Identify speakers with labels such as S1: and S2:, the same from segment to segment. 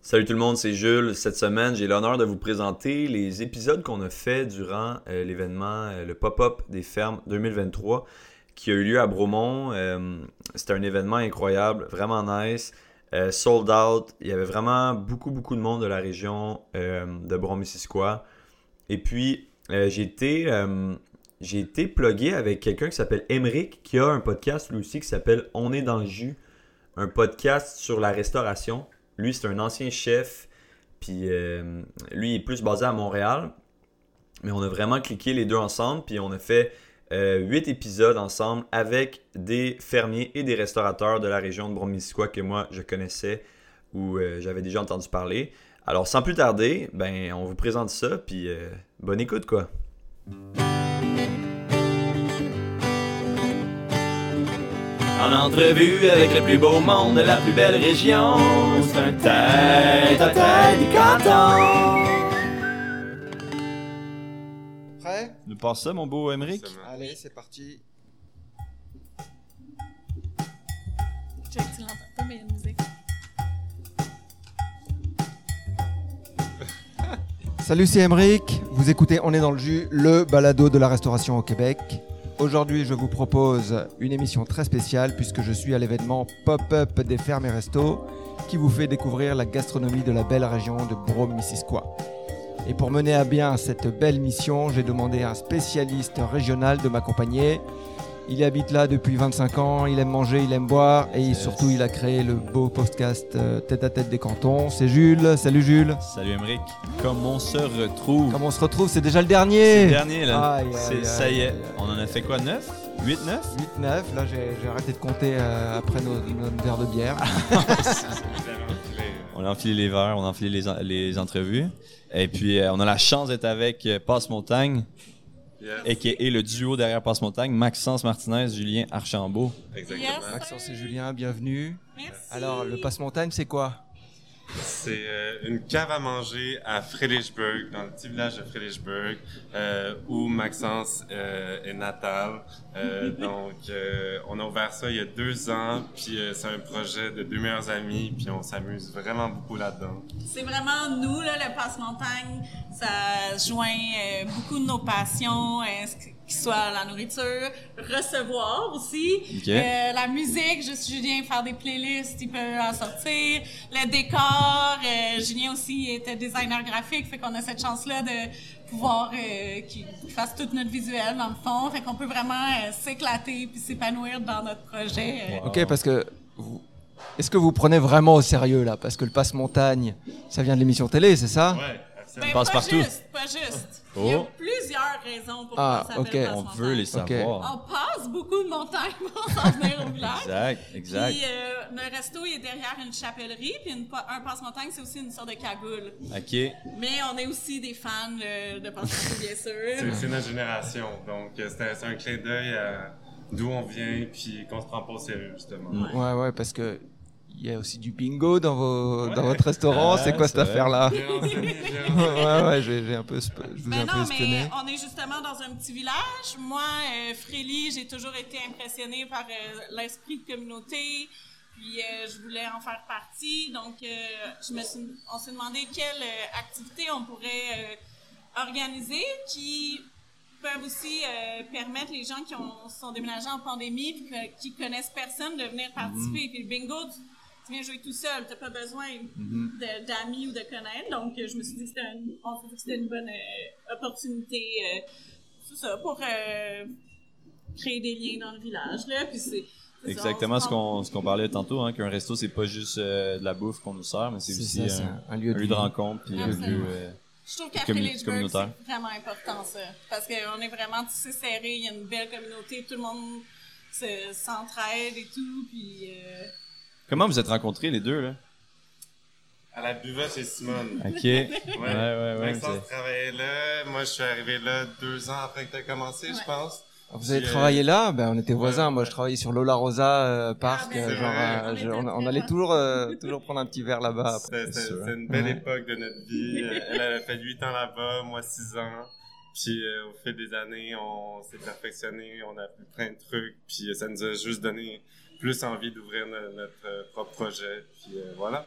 S1: Salut tout le monde, c'est Jules. Cette semaine, j'ai l'honneur de vous présenter les épisodes qu'on a fait durant euh, l'événement, euh, le pop-up des fermes 2023 qui a eu lieu à Bromont. Euh, C'était un événement incroyable, vraiment nice. euh, sold out. Il y avait vraiment beaucoup, beaucoup de monde de la région euh, de Bromont-Missisquoi. Et puis, euh, j'ai été, euh, j'ai été plugué avec quelqu'un qui s'appelle Emeric, qui a un podcast lui aussi qui s'appelle On est dans le jus, un podcast sur la restauration. Lui, c'est un ancien chef, puis euh, lui, il est plus basé à Montréal. Mais on a vraiment cliqué les deux ensemble, puis on a fait euh, huit épisodes ensemble avec des fermiers et des restaurateurs de la région de Bromisquois que moi, je connaissais ou euh, j'avais déjà entendu parler. Alors, sans plus tarder, ben, on vous présente ça, puis euh, bonne écoute, quoi.
S2: En entrevue avec le plus beau monde de la plus belle région, c'est un tête à tête du canton.
S3: Prêt
S2: Nous pense ça, mon beau Emmerich.
S3: Allez, c'est parti.
S4: Jack, tu l'entends pas, mais il y a une musique.
S3: Salut, c'est Emeric. Vous écoutez On est dans le jus, le balado de la restauration au Québec. Aujourd'hui, je vous propose une émission très spéciale puisque je suis à l'événement Pop-up des fermes et restos qui vous fait découvrir la gastronomie de la belle région de Brome-Missisquoi. Et pour mener à bien cette belle mission, j'ai demandé à un spécialiste régional de m'accompagner. Il habite là depuis 25 ans, il aime manger, il aime boire et surtout il a créé le beau podcast euh, Tête à Tête des Cantons. C'est Jules, salut Jules.
S2: Salut Emmerich. Comme on se retrouve.
S3: Comme on se retrouve, c'est déjà le dernier.
S2: C'est le dernier, là.
S3: Aïe, aïe,
S2: C'est-
S3: aïe,
S2: ça y est.
S3: aïe, aïe.
S2: On en a fait quoi 9 8, 9
S3: 8, 9, là j'ai j'ai arrêté de compter euh, après nos, notre verre de bière.
S2: Ah. On a enfilé les verres, on a enfilé les, en- les entrevues. Et puis, euh, on a la chance d'être avec euh, Passe-Montagne,
S5: euh,
S2: et qui est le duo derrière Passe-Montagne, Maxence Martinez, Julien Archambault.
S4: Exactement.
S3: Maxence et Julien, bienvenue.
S4: Merci.
S3: Alors le passe-montagne c'est quoi
S5: C'est euh, une cave à manger à Frelichburg, dans le petit village de Frelichburg, euh, où Maxence euh, est natal. Euh, donc, euh, on a ouvert ça il y a deux ans, puis euh, c'est un projet de deux meilleurs amis, puis on s'amuse vraiment beaucoup là-dedans.
S4: C'est vraiment nous, là, le passe-montagne. Ça joint euh, beaucoup de nos passions, euh, ce qui soit la nourriture, recevoir aussi,
S2: Ok.
S4: euh, la musique, juste Julien faire des playlists, il peut en sortir, le décor, euh, Julien aussi était designer graphique, fait qu'on a cette chance-là de pouvoir euh, qu'il qu'il fasse tout notre visuel dans le fond, fait qu'on peut vraiment euh, s'éclater puis s'épanouir dans notre projet. euh,
S3: Ok parce que vous- est-ce que vous prenez vraiment au sérieux là Parce que le passe-montagne ça vient de l'émission télé c'est ça
S5: Ouais,
S4: Ben,
S2: passe
S4: pas
S2: partout.
S4: juste, pas juste. Il y a
S2: Oh.
S4: plusieurs raisons pour
S3: Ah,
S4: qu'on s'appelle
S3: ok.
S2: On
S4: passe-montagne.
S2: veut les savoir.
S4: On passe beaucoup de montagnes pour s'en venir au village.
S2: Exact, exact.
S4: Oh, Puis euh, le resto il est derrière une chapellerie, puis une pa- un passe-montagne, c'est aussi une sorte de cagoule.
S2: OK.
S4: Mais on est aussi des fans euh, de passe-montagne, bien
S5: C'est
S4: sûr.
S5: c'est notre génération, donc euh, c'est un- c'est un clin d'œil à d'où on vient, puis qu'on se prend pas au sérieux, justement.
S2: Mm.
S3: Ouais ouais parce que il y a aussi du bingo dans, vos, dans
S5: Ouais.
S3: votre restaurant,
S2: Ah,
S3: c'est quoi
S2: c'est
S3: cette
S2: vrai.
S3: affaire là
S5: J'ai renseigné, j'ai renseigné.
S3: Ouais ouais j'ai j'ai un peu sp- je vous ai
S4: Mais
S3: un peu
S4: Bah non, mais
S3: espionné.
S4: on est justement dans un petit village. Moi, euh, Frély, j'ai toujours été impressionnée par euh, l'esprit de communauté. Puis euh, je voulais en faire partie. Donc, euh, je me suis- on s'est demandé quelle euh, activité on pourrait euh, organiser qui peuvent aussi euh, permettre les gens qui ont, sont déménagés en pandémie puis que- qui connaissent personne de venir participer. Puis le bingo, tu, tu viens jouer tout seul, t'as pas besoin
S2: Mm-hmm.
S4: de- d'amis ou de connaître. Donc euh, je me suis dit que c'était une, on s'est dit que c'était une bonne euh, opportunité, euh, c'est ça, pour euh, créer des liens dans le village là. Puis c'est c'est ça, on
S2: Exactement
S4: se
S2: ce qu'on ce qu'on parlait tantôt, hein, qu'un resto, c'est pas juste euh, de la bouffe qu'on nous sert, mais c'est
S3: C'est
S2: aussi
S3: ça,
S2: un-
S3: c'est un,
S2: un,
S3: lieu de
S2: lieu de
S3: vie.
S2: rencontre, puis un lieu...
S4: Absolument.
S2: euh,
S4: Je trouve qu'à
S2: Commu-
S4: Frelichburg,
S2: communautaire.
S4: c'est vraiment important, ça. Parce qu'on est vraiment tissé serré, il y a une belle communauté, tout le monde se- s'entraide et tout, puis... euh,
S2: Comment vous êtes rencontrés, les deux, là?
S5: À la buvette chez Simone.
S2: OK. ouais, ouais,
S5: Ouais.
S2: ouais.
S5: Maxence
S2: c'est-
S5: travaillait là. Moi, je suis arrivé là deux ans après que tu as commencé,
S4: Ouais.
S5: je pense.
S3: Vous avez
S5: Puis, euh,
S3: travaillé là Ben on était
S5: ouais.
S3: voisins. Moi, je travaillais sur Lola Rosa euh, Park. euh,
S4: ben
S5: oui,
S3: genre,
S5: on
S3: euh,
S4: était
S3: je- on, on
S4: très
S3: allait
S4: loin.
S3: toujours, euh, toujours prendre un petit verre là-bas. après.
S5: C'était
S2: Ah, c'est
S5: c'était-
S2: sûr. hein.
S5: c'était une belle
S3: Ouais.
S5: époque de notre vie. Euh, Elle, elle a fait huit ans là-bas, moi six ans. Puis euh, au fil des années, on s'est perfectionné, on a appris plein de trucs. Puis euh, ça nous a juste donné plus envie d'ouvrir no- notre euh, propre projet. Puis euh, voilà.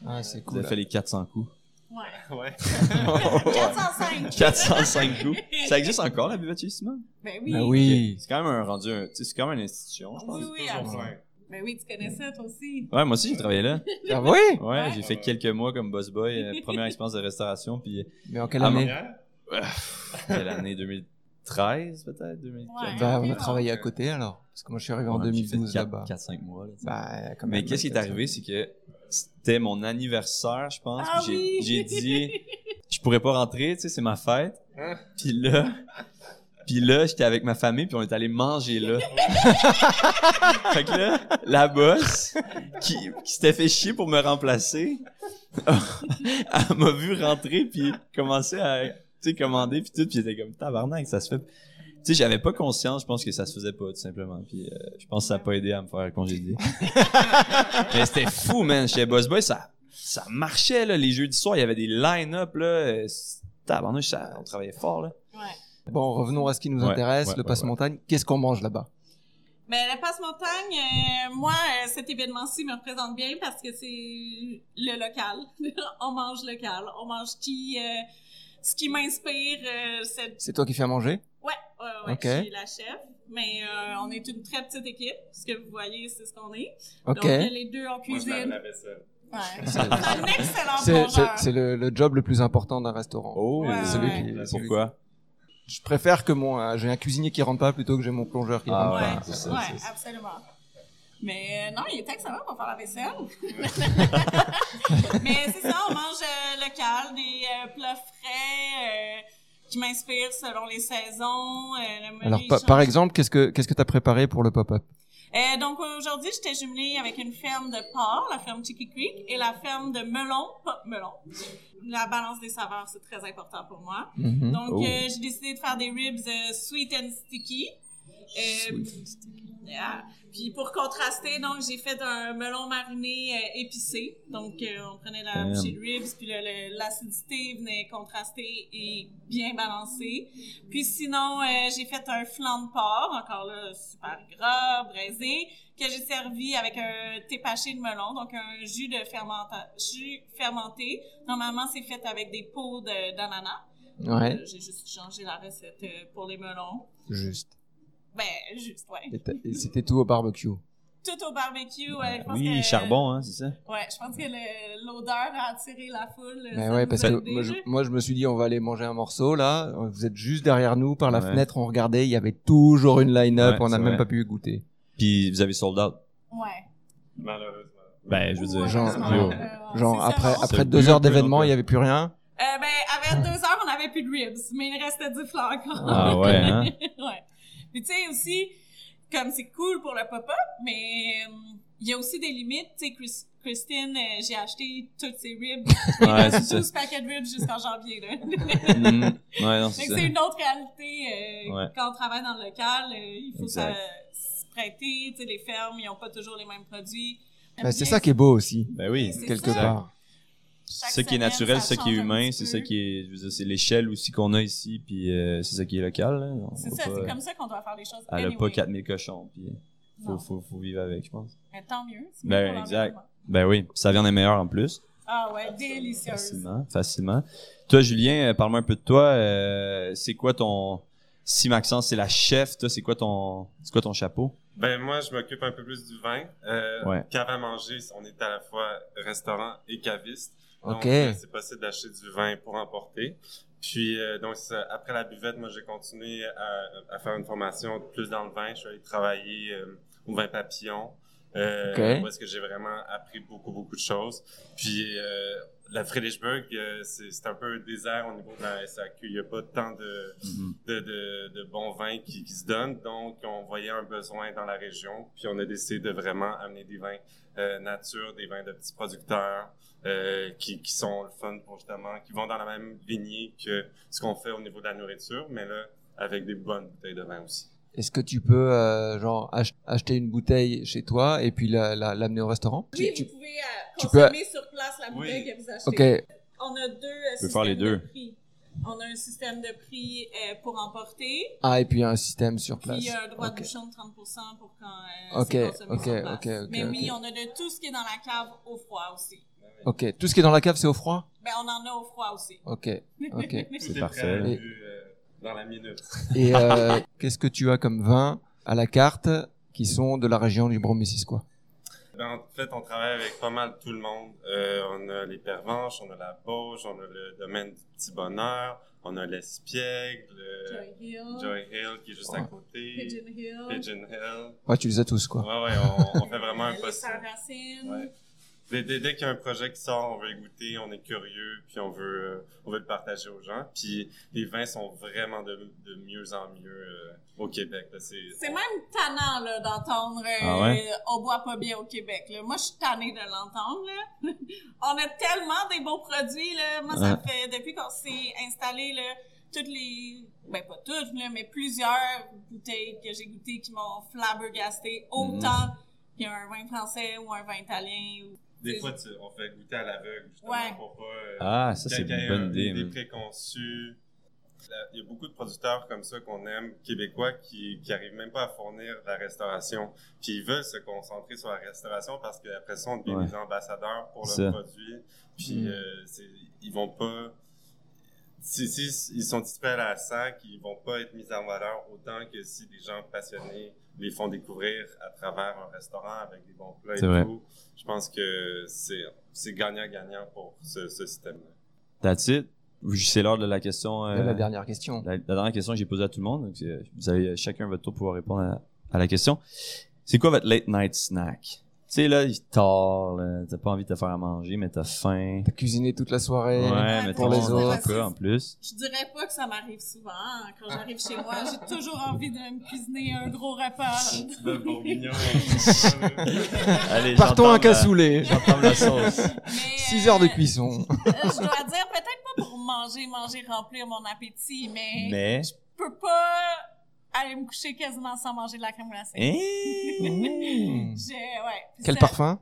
S3: Ah, c'est
S1: Vous avez fait les 400 coups.
S4: Ouais.
S5: Ouais.
S4: 405.
S1: 405 coups. Ça existe encore, la buvette chez Simon?
S4: Ben oui.
S3: Ben
S1: Ok.
S3: oui.
S1: C'est quand même un rendu, un- tu sais, c'est quand même une institution. je pense.
S4: Oui, oui, absolument. Ben oui, tu connais ça, toi aussi.
S1: Ouais, moi aussi, j'ai travaillé là.
S3: Ah oui
S1: Ouais, j'ai fait quelques mois comme boss boy, euh, première expérience de restauration, puis
S3: Mais en quelle
S1: Ah,
S3: année
S5: Hier?
S1: c'était l'année 2013 peut-être, 2014.
S4: Ouais.
S3: Bah, on a
S4: Ouais.
S3: travaillé à côté alors. Parce que moi je suis arrivé en
S1: Ouais, j'ai fait
S3: 2012
S1: quatre-
S3: là-bas.
S1: 4-5 mois. là, tu sais.
S3: Bah, quand
S1: Mais
S3: même,
S1: qu'est-ce qui est
S3: c'est-
S1: arrivé, c'est que c'était mon anniversaire, je pense.
S4: Ah
S1: puis
S4: oui!
S1: j'ai j'ai dit, je pourrais pas rentrer, tu sais, c'est ma fête.
S5: Hein?
S1: Puis là, puis là, j'étais avec ma famille, puis on est allé manger là. fait que là, la bosse, qui, qui s'était fait chier pour me remplacer, elle m'a vu rentrer, puis commencer à, tu sais, commander, puis tout, puis j'étais comme, tabarnak, ça se fait... Tu sais, j'avais pas conscience, je pense que ça se faisait pas, tout simplement. Puis euh, je pense que ça a pas aidé à me faire congédier. Mais c'était fou, man. Chez Boss Boy, ça, ça marchait, là. Les jeudis soirs, il y avait des line-up, là. Euh, tabarnouche, ça, on travaillait fort, là.
S4: Ouais.
S3: Bon, revenons à ce qui nous
S1: Ouais,
S3: intéresse,
S1: ouais,
S3: le
S1: ouais,
S3: passe-montagne. Qu'est-ce qu'on mange là-bas
S4: Ben, la passe-montagne, euh, moi, euh, cet événement-ci me représente bien parce que c'est le local. on mange local. On mange qui, euh, ce qui m'inspire, euh, cette...
S3: C'est toi qui fais à manger
S4: Ouais, ouais, ouais,
S3: Ok.
S4: je suis la chef. Mais euh, on est une très petite équipe. Ce que vous voyez, c'est ce qu'on est.
S3: Ok.
S4: Donc, euh, les deux en
S5: Moi, je lave
S4: cuisine.
S5: la vaisselle.
S4: Ouais. C'est un excellent
S3: C'est- C'est
S4: mangeur.
S3: c'est le, le job le plus important d'un restaurant.
S1: Oh,
S4: Ouais,
S3: celui
S4: ouais.
S3: qui- celui-
S1: Pourquoi?
S3: Je préfère que mon euh, j'ai un cuisinier qui rentre pas plutôt que j'ai mon plongeur qui
S1: Ah
S3: rentre
S4: Ouais,
S3: pas.
S1: ouais, c'est ça,
S4: ouais,
S1: c'est ça.
S4: absolument. Mais euh, non, il est excellent pour faire la vaisselle. Mais c'est ça, on mange euh, local, des euh, plats frais euh, qui m'inspirent selon les saisons. euh, le menu,
S3: Alors
S4: il
S3: pa-
S4: change.
S3: par exemple, qu'est-ce que qu'est-ce que t'as préparé pour le pop-up
S4: Euh, donc aujourd'hui, j'étais jumelée avec une ferme de porc, la ferme Chicky Creek, et la ferme de melon, pas melon. La balance des saveurs, c'est très important pour moi.
S3: Mhm.
S4: Donc,
S1: Oh.
S4: euh, j'ai décidé de faire des ribs euh, sweet and sticky. Euh, yeah. Puis pour contraster, donc j'ai fait un melon mariné euh, épicé. Donc, euh, on prenait la
S1: Damn.
S4: bouchée de ribs, puis le- le- l'acidité venait contraster et bien balancer. Puis sinon, euh, j'ai fait un flan de porc, encore là, super gras, braisé, que j'ai servi avec un thé paché de melon, donc un jus de fermenta- jus fermenté. Normalement, c'est fait avec des peaux de- d'ananas.
S3: Ouais,
S4: Euh, J'ai juste changé la recette euh, pour les melons.
S3: juste.
S4: Ben, juste, ouais.
S3: Et t'as- et C'était tout au barbecue.
S4: Tout au barbecue. ouais, je pense
S1: Ben Oui,
S4: que- euh,
S1: charbon, hein, c'est ça?
S4: Ouais, je pense que le- l'odeur a attiré la foule.
S3: Mais
S4: ça
S3: Ben ouais,
S4: nous
S3: parce
S4: a
S3: que
S4: aidés,
S3: moi je,
S4: là.
S3: moi, je me suis dit on va aller manger un morceau là. Vous êtes juste derrière nous par la
S1: Ouais.
S3: fenêtre, on regardait, il y avait toujours une line-up,
S1: Ouais,
S3: on n'a
S1: c'est
S3: même
S1: vrai.
S3: pas pu goûter.
S1: Puis vous avez sold out.
S4: Ouais.
S5: Malheureusement.
S1: Ben, je veux dire,
S4: Ouais,
S3: genre,
S4: c'est ça,
S1: yo.
S4: euh, ouais,
S3: Genre
S4: c'est ça,
S3: après
S4: non?
S3: après
S1: C'est
S3: deux
S1: mieux
S3: heures
S1: que
S3: d'événement,
S1: l'entrée.
S3: il y avait plus rien.
S4: Euh, ben, avec deux heures, on n'avait plus de ribs, mais il restait du flan encore.
S1: Ah ouais, hein?
S4: ouais. Puis tu sais aussi, comme c'est cool pour le pop-up, mais euh, il y a aussi des limites. Tu sais, Chris- Christine, euh, j'ai acheté toutes ses ribs.
S1: Ouais, Ah, c'est ça.
S4: 12 paquets de ribs jusqu'en janvier, là.
S1: Mhm. Ouais, non, c'est
S4: Fait que
S1: ça.
S4: c'est une autre réalité. euh,
S1: Ouais.
S4: Quand on travaille dans le local, euh, il faut
S1: Exact.
S4: s'a- se prêter. Tu sais, les fermes, ils n'ont pas toujours les mêmes produits.
S3: Bah, c'est ça qui est beau aussi
S1: Ben oui.
S4: C'est
S3: quelque
S4: ça.
S3: part.
S4: Chaque
S1: Ce qui est
S4: semaine,
S1: naturel, ce qui
S4: ça
S1: est
S4: change un
S1: humain,
S4: petit
S1: c'est
S4: peu.
S1: ça qui est, je veux dire, c'est l'échelle aussi qu'on a ici, puis euh, c'est ça qui est local, là. On
S4: C'est
S1: peut
S4: ça, c'est
S1: pas-
S4: comme ça qu'on doit faire les choses.
S1: Elle a pas
S4: anyway.
S1: 4000 cochons, puis faut,
S4: Non.
S1: faut, faut vivre avec, je pense.
S4: Mais tant mieux. c'est
S1: Ben,
S4: mieux pour
S1: exact.
S4: l'environnement.
S1: Ben oui, puis sa viande est meilleure en plus.
S4: Ah ouais, délicieuse.
S1: Facilement, hein? facilement. Toi, Julien, euh, parle-moi un peu de toi. Euh, c'est quoi ton... Si Maxence, c'est la chef, toi, c'est quoi ton c'est quoi ton chapeau?
S5: Ben moi, je m'occupe un peu plus du vin. Euh,
S1: Ouais.
S5: Cave à manger, on est à la fois restaurant et caviste. Donc,
S3: Ok.
S5: euh, c'est possible d'acheter du vin pour emporter. Puis, euh, donc, ça, après la buvette, moi, j'ai continué à, à faire une formation plus dans le vin. Je suis allé travailler euh, au vin papillon. Euh,
S3: Ok.
S5: Où est-ce que j'ai vraiment appris beaucoup, beaucoup de choses. Puis, euh, la Fredericksburg, euh, c'est c'est un peu un désert au niveau de la SAQ. Il n'y a pas tant de
S1: Mhm.
S5: de, de, de bons vins qui, qui se donnent. Donc, on voyait un besoin dans la région, puis on a décidé de vraiment amener des vins euh, nature, des vins de petits producteurs euh, qui, qui sont le fun pour justement, qui vont dans la même lignée que ce qu'on fait au niveau de la nourriture, mais là, avec des bonnes bouteilles de vin aussi.
S3: Est-ce que tu peux euh, genre ach- acheter une bouteille chez toi et puis la- la- l'amener au restaurant
S4: Oui,
S3: Tu-
S4: vous pouvez euh,
S3: tu
S4: consommer sur place la
S5: Oui.
S4: bouteille que vous achetez.
S3: Ok,
S4: On a deux euh,
S1: peut
S4: systèmes
S1: faire les deux.
S4: de prix. On a un système de prix euh, pour emporter,
S3: Ah, et puis il y a un système sur place.
S4: puis un droit
S3: Ok.
S4: de bouchon de 30 pour quand euh,
S3: Ok,
S4: c'est consommé
S3: ok,
S4: sur place.
S3: ok, ok,
S4: Mais oui,
S3: ok.
S4: on a de tout ce qui est dans la cave au froid aussi.
S3: Ok. Tout ce qui est dans la cave, c'est au froid
S4: Ben, on en a au froid aussi.
S3: Ok. Ok.
S1: C'est
S5: Tout est
S1: parfait.
S5: prévu, euh, Dans la minute.
S3: Et euh, qu'est-ce que tu as comme vin à la carte qui sont de la région du Brome-Missisquoi
S5: Ben, en fait, on travaille avec pas mal tout le monde. Euh, on a les Pervenches, on a la Beauge, on a le domaine du Petit Bonheur, on a l'Espiègle, euh,
S4: Joy Hill,
S5: Joy Hill qui est juste à
S3: Ouais.
S5: côté,
S4: Pigeon Hill,
S5: Pigeon Hill.
S3: Ouais, tu les as tous
S5: Ouais,
S3: quoi.
S5: ouais, on, on fait vraiment un
S4: Euh, les
S5: possible.
S4: Sœurs Racine.
S5: Ouais. Dès, dès- dès qu'il y a un projet qui sort, on veut y goûter, on est curieux, puis on veut, euh, on veut le partager aux gens. Puis les vins sont vraiment de, de mieux en mieux euh, au Québec. là, c'est-
S4: C'est même tannant là, d'entendre euh,
S2: Ah ouais?
S4: on boit pas bien au Québec. Là. Moi, je suis tannée de l'entendre. là. on a tellement des beaux produits. Là. Moi, ça fait depuis qu'on s'est installé là, toutes les. Ben, pas toutes, là, mais plusieurs bouteilles que j'ai goûtées qui m'ont flabbergastée autant qu'un vin français ou un vin italien. ou-
S5: Des fois, tu- on fait goûter à l'aveugle, justement,
S4: Ouais.
S5: pour pas... euh,
S2: Ah, ça, c'est
S5: Quelqu'un
S2: une
S5: a
S1: euh,
S2: bonne idée.
S5: Des
S2: man.
S5: préconçus. Là, Il y a beaucoup de producteurs comme ça qu'on aime, québécois, qui qui arrivent même pas à fournir la restauration. Puis ils veulent se concentrer sur la restauration parce qu'après ça, on devient
S2: Ouais.
S5: des ambassadeurs pour
S2: Ça.
S5: leurs produits. Puis
S3: Mm.
S5: euh, c'est- ils vont pas... Si, si ils sont disponibles à la sac, ils vont pas être mis en valeur autant que si des gens passionnés les font découvrir à travers un restaurant avec des bons plats et
S2: C'est vrai.
S5: tout. Je pense que c'est c'est gagnant-gagnant pour ce, ce système-là.
S2: That's it. C'est l'heure de la question. euh,
S3: La dernière question.
S2: la- la dernière question que j'ai posée à tout le monde. Donc, euh, vous avez euh, chacun votre tour pour pouvoir répondre à, à la question. C'est quoi votre late night snack? Tu sais, là, il est tard, là, t'as pas envie de te faire à manger, mais t'as faim.
S3: T'as cuisiné toute la soirée.
S2: Ouais, mais
S3: Pour
S2: t'as
S3: les
S2: faim,
S3: autres.
S2: quoi, en plus.
S4: Je dirais pas que ça m'arrive souvent. hein. Quand j'arrive chez moi, j'ai toujours envie de me cuisiner un gros repas.
S2: Allez,
S3: Partons
S2: j'entends
S3: à
S2: la-
S3: cassoulet.
S2: J'entends la sauce.
S4: Mais,
S3: 6 heures de
S4: euh,
S3: cuisson.
S4: Euh, je dois dire, peut-être pas pour manger, manger, remplir mon appétit, mais,
S2: Mais,
S4: je peux pas aller me coucher quasiment sans manger de la crème glacée.
S2: hein?
S3: Mmh.
S4: Je- ouais. Puis
S3: Quel
S4: ça-
S3: parfum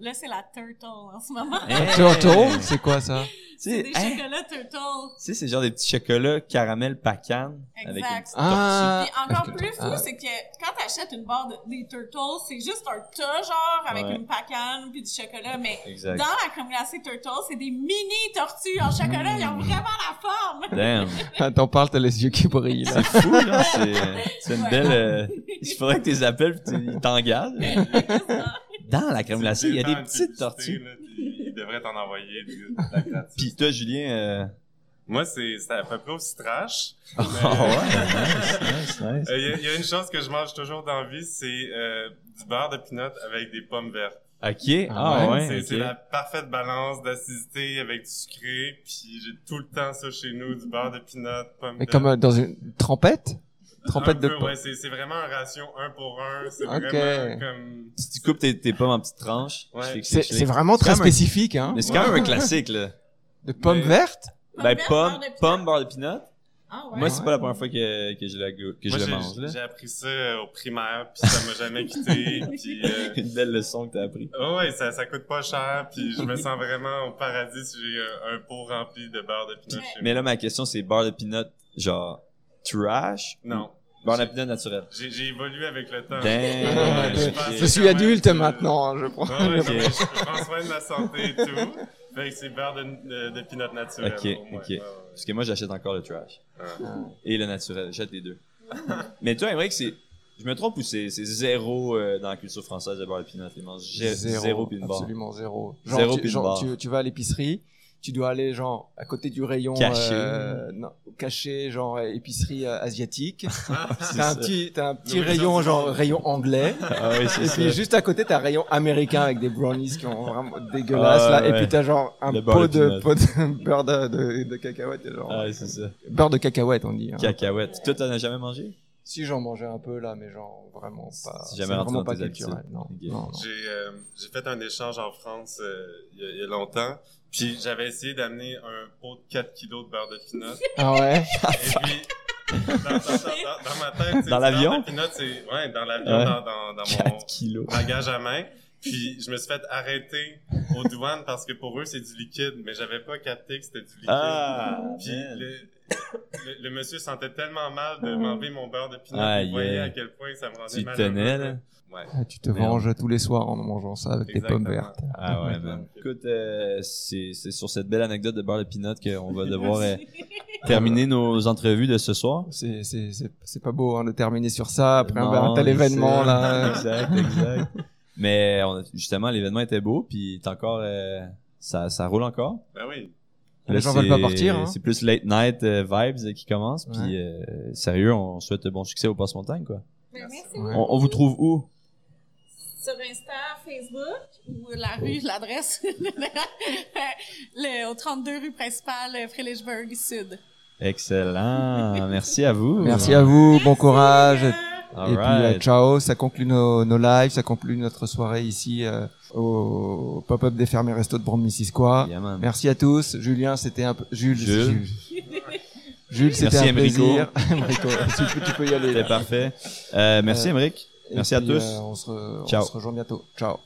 S4: Là, c'est la turtle en ce moment.
S2: Hein?
S3: Turtle C'est quoi ça
S2: Tu
S4: C'est
S2: sais,
S4: des
S2: hein?
S4: chocolats turtle.
S2: Tu sais, c'est genre des petits chocolats caramel pacane avec une
S4: Exact.
S2: petite
S3: Ah.
S4: Puis encore plus fou,
S3: Ah.
S4: c'est que quand t'achètes une barre de- des turtles, c'est juste un tas, genre, avec
S2: Ouais.
S4: une pacane puis du chocolat, mais
S2: tortue. Exact.
S4: dans la crème glacée turtle, c'est des mini tortues en chocolat. Ils
S2: Mmh.
S4: ont vraiment la forme.
S2: Damn.
S3: Ah, T'en parles, t'as les yeux qui brillent. là.
S2: C'est fou, là. C'est, c'est une
S4: Ouais.
S2: belle. euh, il faudrait que tu les appelles puis tu- ils t'engagent. Dans la crème glacée, il y a des petites tortues.
S5: Ils devraient t'en envoyer des- de la gratuite.
S2: Puis toi, Julien. euh,
S5: Moi, c'est c'est à peu près aussi trash.
S2: Oh, ouais, nice, nice, nice.
S5: Il y, a- y a une chose que je mange toujours dans la vie, c'est euh, du beurre de pinot avec des pommes vertes.
S2: Ok.
S3: Ah
S2: Ah, ouais.
S5: c'est
S2: ok.
S5: c'est la parfaite balance d'acidité avec du sucré. Puis j'ai tout le temps ça chez nous, du beurre de pinot, pommes
S3: Mais
S5: vertes.
S3: comme euh, dans une trempette
S5: Un
S3: Trempette de
S2: Ah,
S5: peu,
S3: pommes.
S5: ouais, c'est c'est vraiment un ratio un pour un. C'est
S3: Ok.
S5: vraiment comme...
S2: Si tu coupes tes, tes pommes en petites tranches,
S5: Ouais.
S2: tu fais que
S3: C'est
S2: je les-
S3: c'est vraiment
S2: C'est
S3: très
S2: comme un-
S3: spécifique, hein
S2: Mais c'est quand même un classique, là.
S3: De pommes
S5: Mais-
S3: vertes
S4: Pommes
S2: Ben,
S4: vertes, beurre
S2: pomme,
S4: de pinot.
S2: pomme, beurre de pinot.
S4: Ah ouais.
S2: Moi, c'est pas la première fois que, que je la, go- que
S5: Moi,
S2: je la
S5: j'ai-
S2: mange, là.
S5: j'ai appris ça euh, au primaire, puis ça m'a jamais quitté. puis, euh,
S2: Une belle leçon que t'as appris.
S5: Oh ouais, ça, ça coûte pas cher, puis je me sens vraiment au paradis si j'ai euh, un pot rempli de beurre de pinot chez moi.
S2: Mais là, ma question, c'est beurre de pinot, genre, trash?
S5: Non,
S2: ou Beurre de pinot naturel.
S5: j'ai j'ai évolué avec le temps.
S2: Damn.
S5: Ouais,
S2: ok.
S5: pense-
S3: Je suis
S5: quand
S3: adulte
S5: même que-
S3: maintenant, je prends.
S5: Ouais, ouais, non,
S2: Ok.
S5: mais je, je prends soin de ma santé et tout. Fait que c'est beurre de, de, de pinot naturel.
S2: Ok,
S5: au moins.
S2: ok.
S5: Ouais, ouais,
S2: Parce que moi, j'achète encore le trash.
S5: ouais.
S2: Et le naturel. J'achète les deux. Mais toi, vrai que c'est. Je me trompe ou c'est c'est zéro euh, dans la culture française de beurre de pinot? Ils mangent zé- zéro, pin bar.
S3: Absolument zéro. Genre,
S2: Zéro
S3: tu,
S2: pin
S3: genre,
S2: bar.
S3: tu, tu vas à l'épicerie, tu dois aller genre à côté du rayon
S2: Caché.
S3: euh, non, caché genre euh, épicerie euh, asiatique.
S2: C'est
S3: T'as un
S2: ça.
S3: petit, t'as un petit
S5: Nourriture
S3: rayon
S5: du
S3: genre
S5: monde.
S3: rayon anglais.
S2: Ah oui,
S3: Et
S2: c'est
S3: puis
S2: ça.
S3: juste à côté, t'as un rayon américain avec des brownies qui ont vraiment dégueulasses là.
S2: Ah,
S3: Et puis
S2: ouais.
S3: t'as genre un
S2: Le beurre
S3: pot
S2: de
S3: de,
S2: peanut.
S3: pot de beurre de, de, de cacahuète. et Genre,
S2: Ah oui, c'est ça.
S3: Beurre de cacahuète, on dit. hein.
S2: Cacahuètes. Toi, t'en as jamais mangé?
S3: Si j'en mangeais un peu là, mais genre vraiment pas.
S2: Si
S3: C'est
S2: jamais rentré
S3: vraiment
S2: dans
S3: pas
S2: tes
S3: culturel.
S2: habitudes.
S3: Non,
S2: Ok.
S3: non, non.
S5: J'ai euh, j'ai fait un échange en France euh, il y, a- il y a longtemps, puis j'avais essayé d'amener un pot de 4 kilos de beurre de pinot.
S3: Ah ouais.
S5: Et puis, dans, dans- dans- dans ma tête, c'est
S2: Dans
S5: du
S2: l'avion?
S5: beurre de pinot, c'est- ouais, dans l'avion,
S2: Ouais.
S5: dans, dans, dans mon
S2: 4 kilos.
S5: bagage à main. Puis je me suis fait arrêter aux douanes parce que pour eux, c'est du liquide, mais j'avais pas capté que c'était du liquide.
S2: Ah,
S5: Puis
S2: man.
S5: le, le- le monsieur sentait tellement mal de m'enlever mon beurre de pinot.
S2: Aïe,
S5: Vous voyez
S2: aïe.
S5: à quel point ça me rendait
S2: Tu
S5: mal.
S2: tenais, là?
S5: Ouais.
S3: Ah, tu te
S2: Merde.
S3: venges tous les soirs en mangeant ça avec
S5: Exactement.
S3: des pommes vertes.
S2: Ah ouais,
S5: Ouais.
S2: man. Écoute, euh, c'est c'est sur cette belle anecdote de beurre de pinot qu'on va devoir euh,
S4: Merci.
S2: terminer nos entrevues de ce soir.
S3: C'est- C'est c'est- c'est pas beau hein, de terminer sur ça après un-
S2: Non,
S3: un, tel
S2: je
S3: événement
S2: sais.
S3: là.
S2: Exact, exact. Mais on a- justement, l'événement était beau, puis t'es encore, euh, ça, ça roule encore.
S5: Ben oui.
S3: Les
S2: Là,
S3: gens
S2: c'est-
S3: veulent pas partir, hein.
S2: C'est plus late night euh, vibes euh, qui commence.
S3: Ouais.
S2: Puis euh, sérieux, on souhaite bon succès au Passe-Montagne, quoi.
S4: Ben, merci.
S3: Ouais.
S2: On, on vous trouve où?
S4: Sur Insta, Facebook, ou la rue, l'adresse, le, au 32 rue principale, Frelichberg Sud.
S2: Excellent. Merci à vous.
S3: Merci à vous, bon courage. Et
S4: Euh,
S2: All
S3: puis euh,
S2: right.
S3: ciao, ça conclut nos, nos lives, ça conclut notre soirée ici euh, au pop-up des fermes et restos de Brande-Missisquoi.
S2: Yeah, man.
S3: Merci à tous. Julien, c'était un peu... Jules,
S2: Jules.
S3: Jules, Jules, c'était
S2: Merci,
S3: un plaisir.
S2: Enrico.
S3: Enrico, tu, peux- tu peux y aller.
S2: C'était parfait. Euh, merci,
S3: Euh,
S2: Émeric.
S3: Et
S2: Merci à
S3: puis,
S2: tous.
S3: euh, on, se re- on
S2: Ciao.
S3: se rejoint bientôt. Ciao.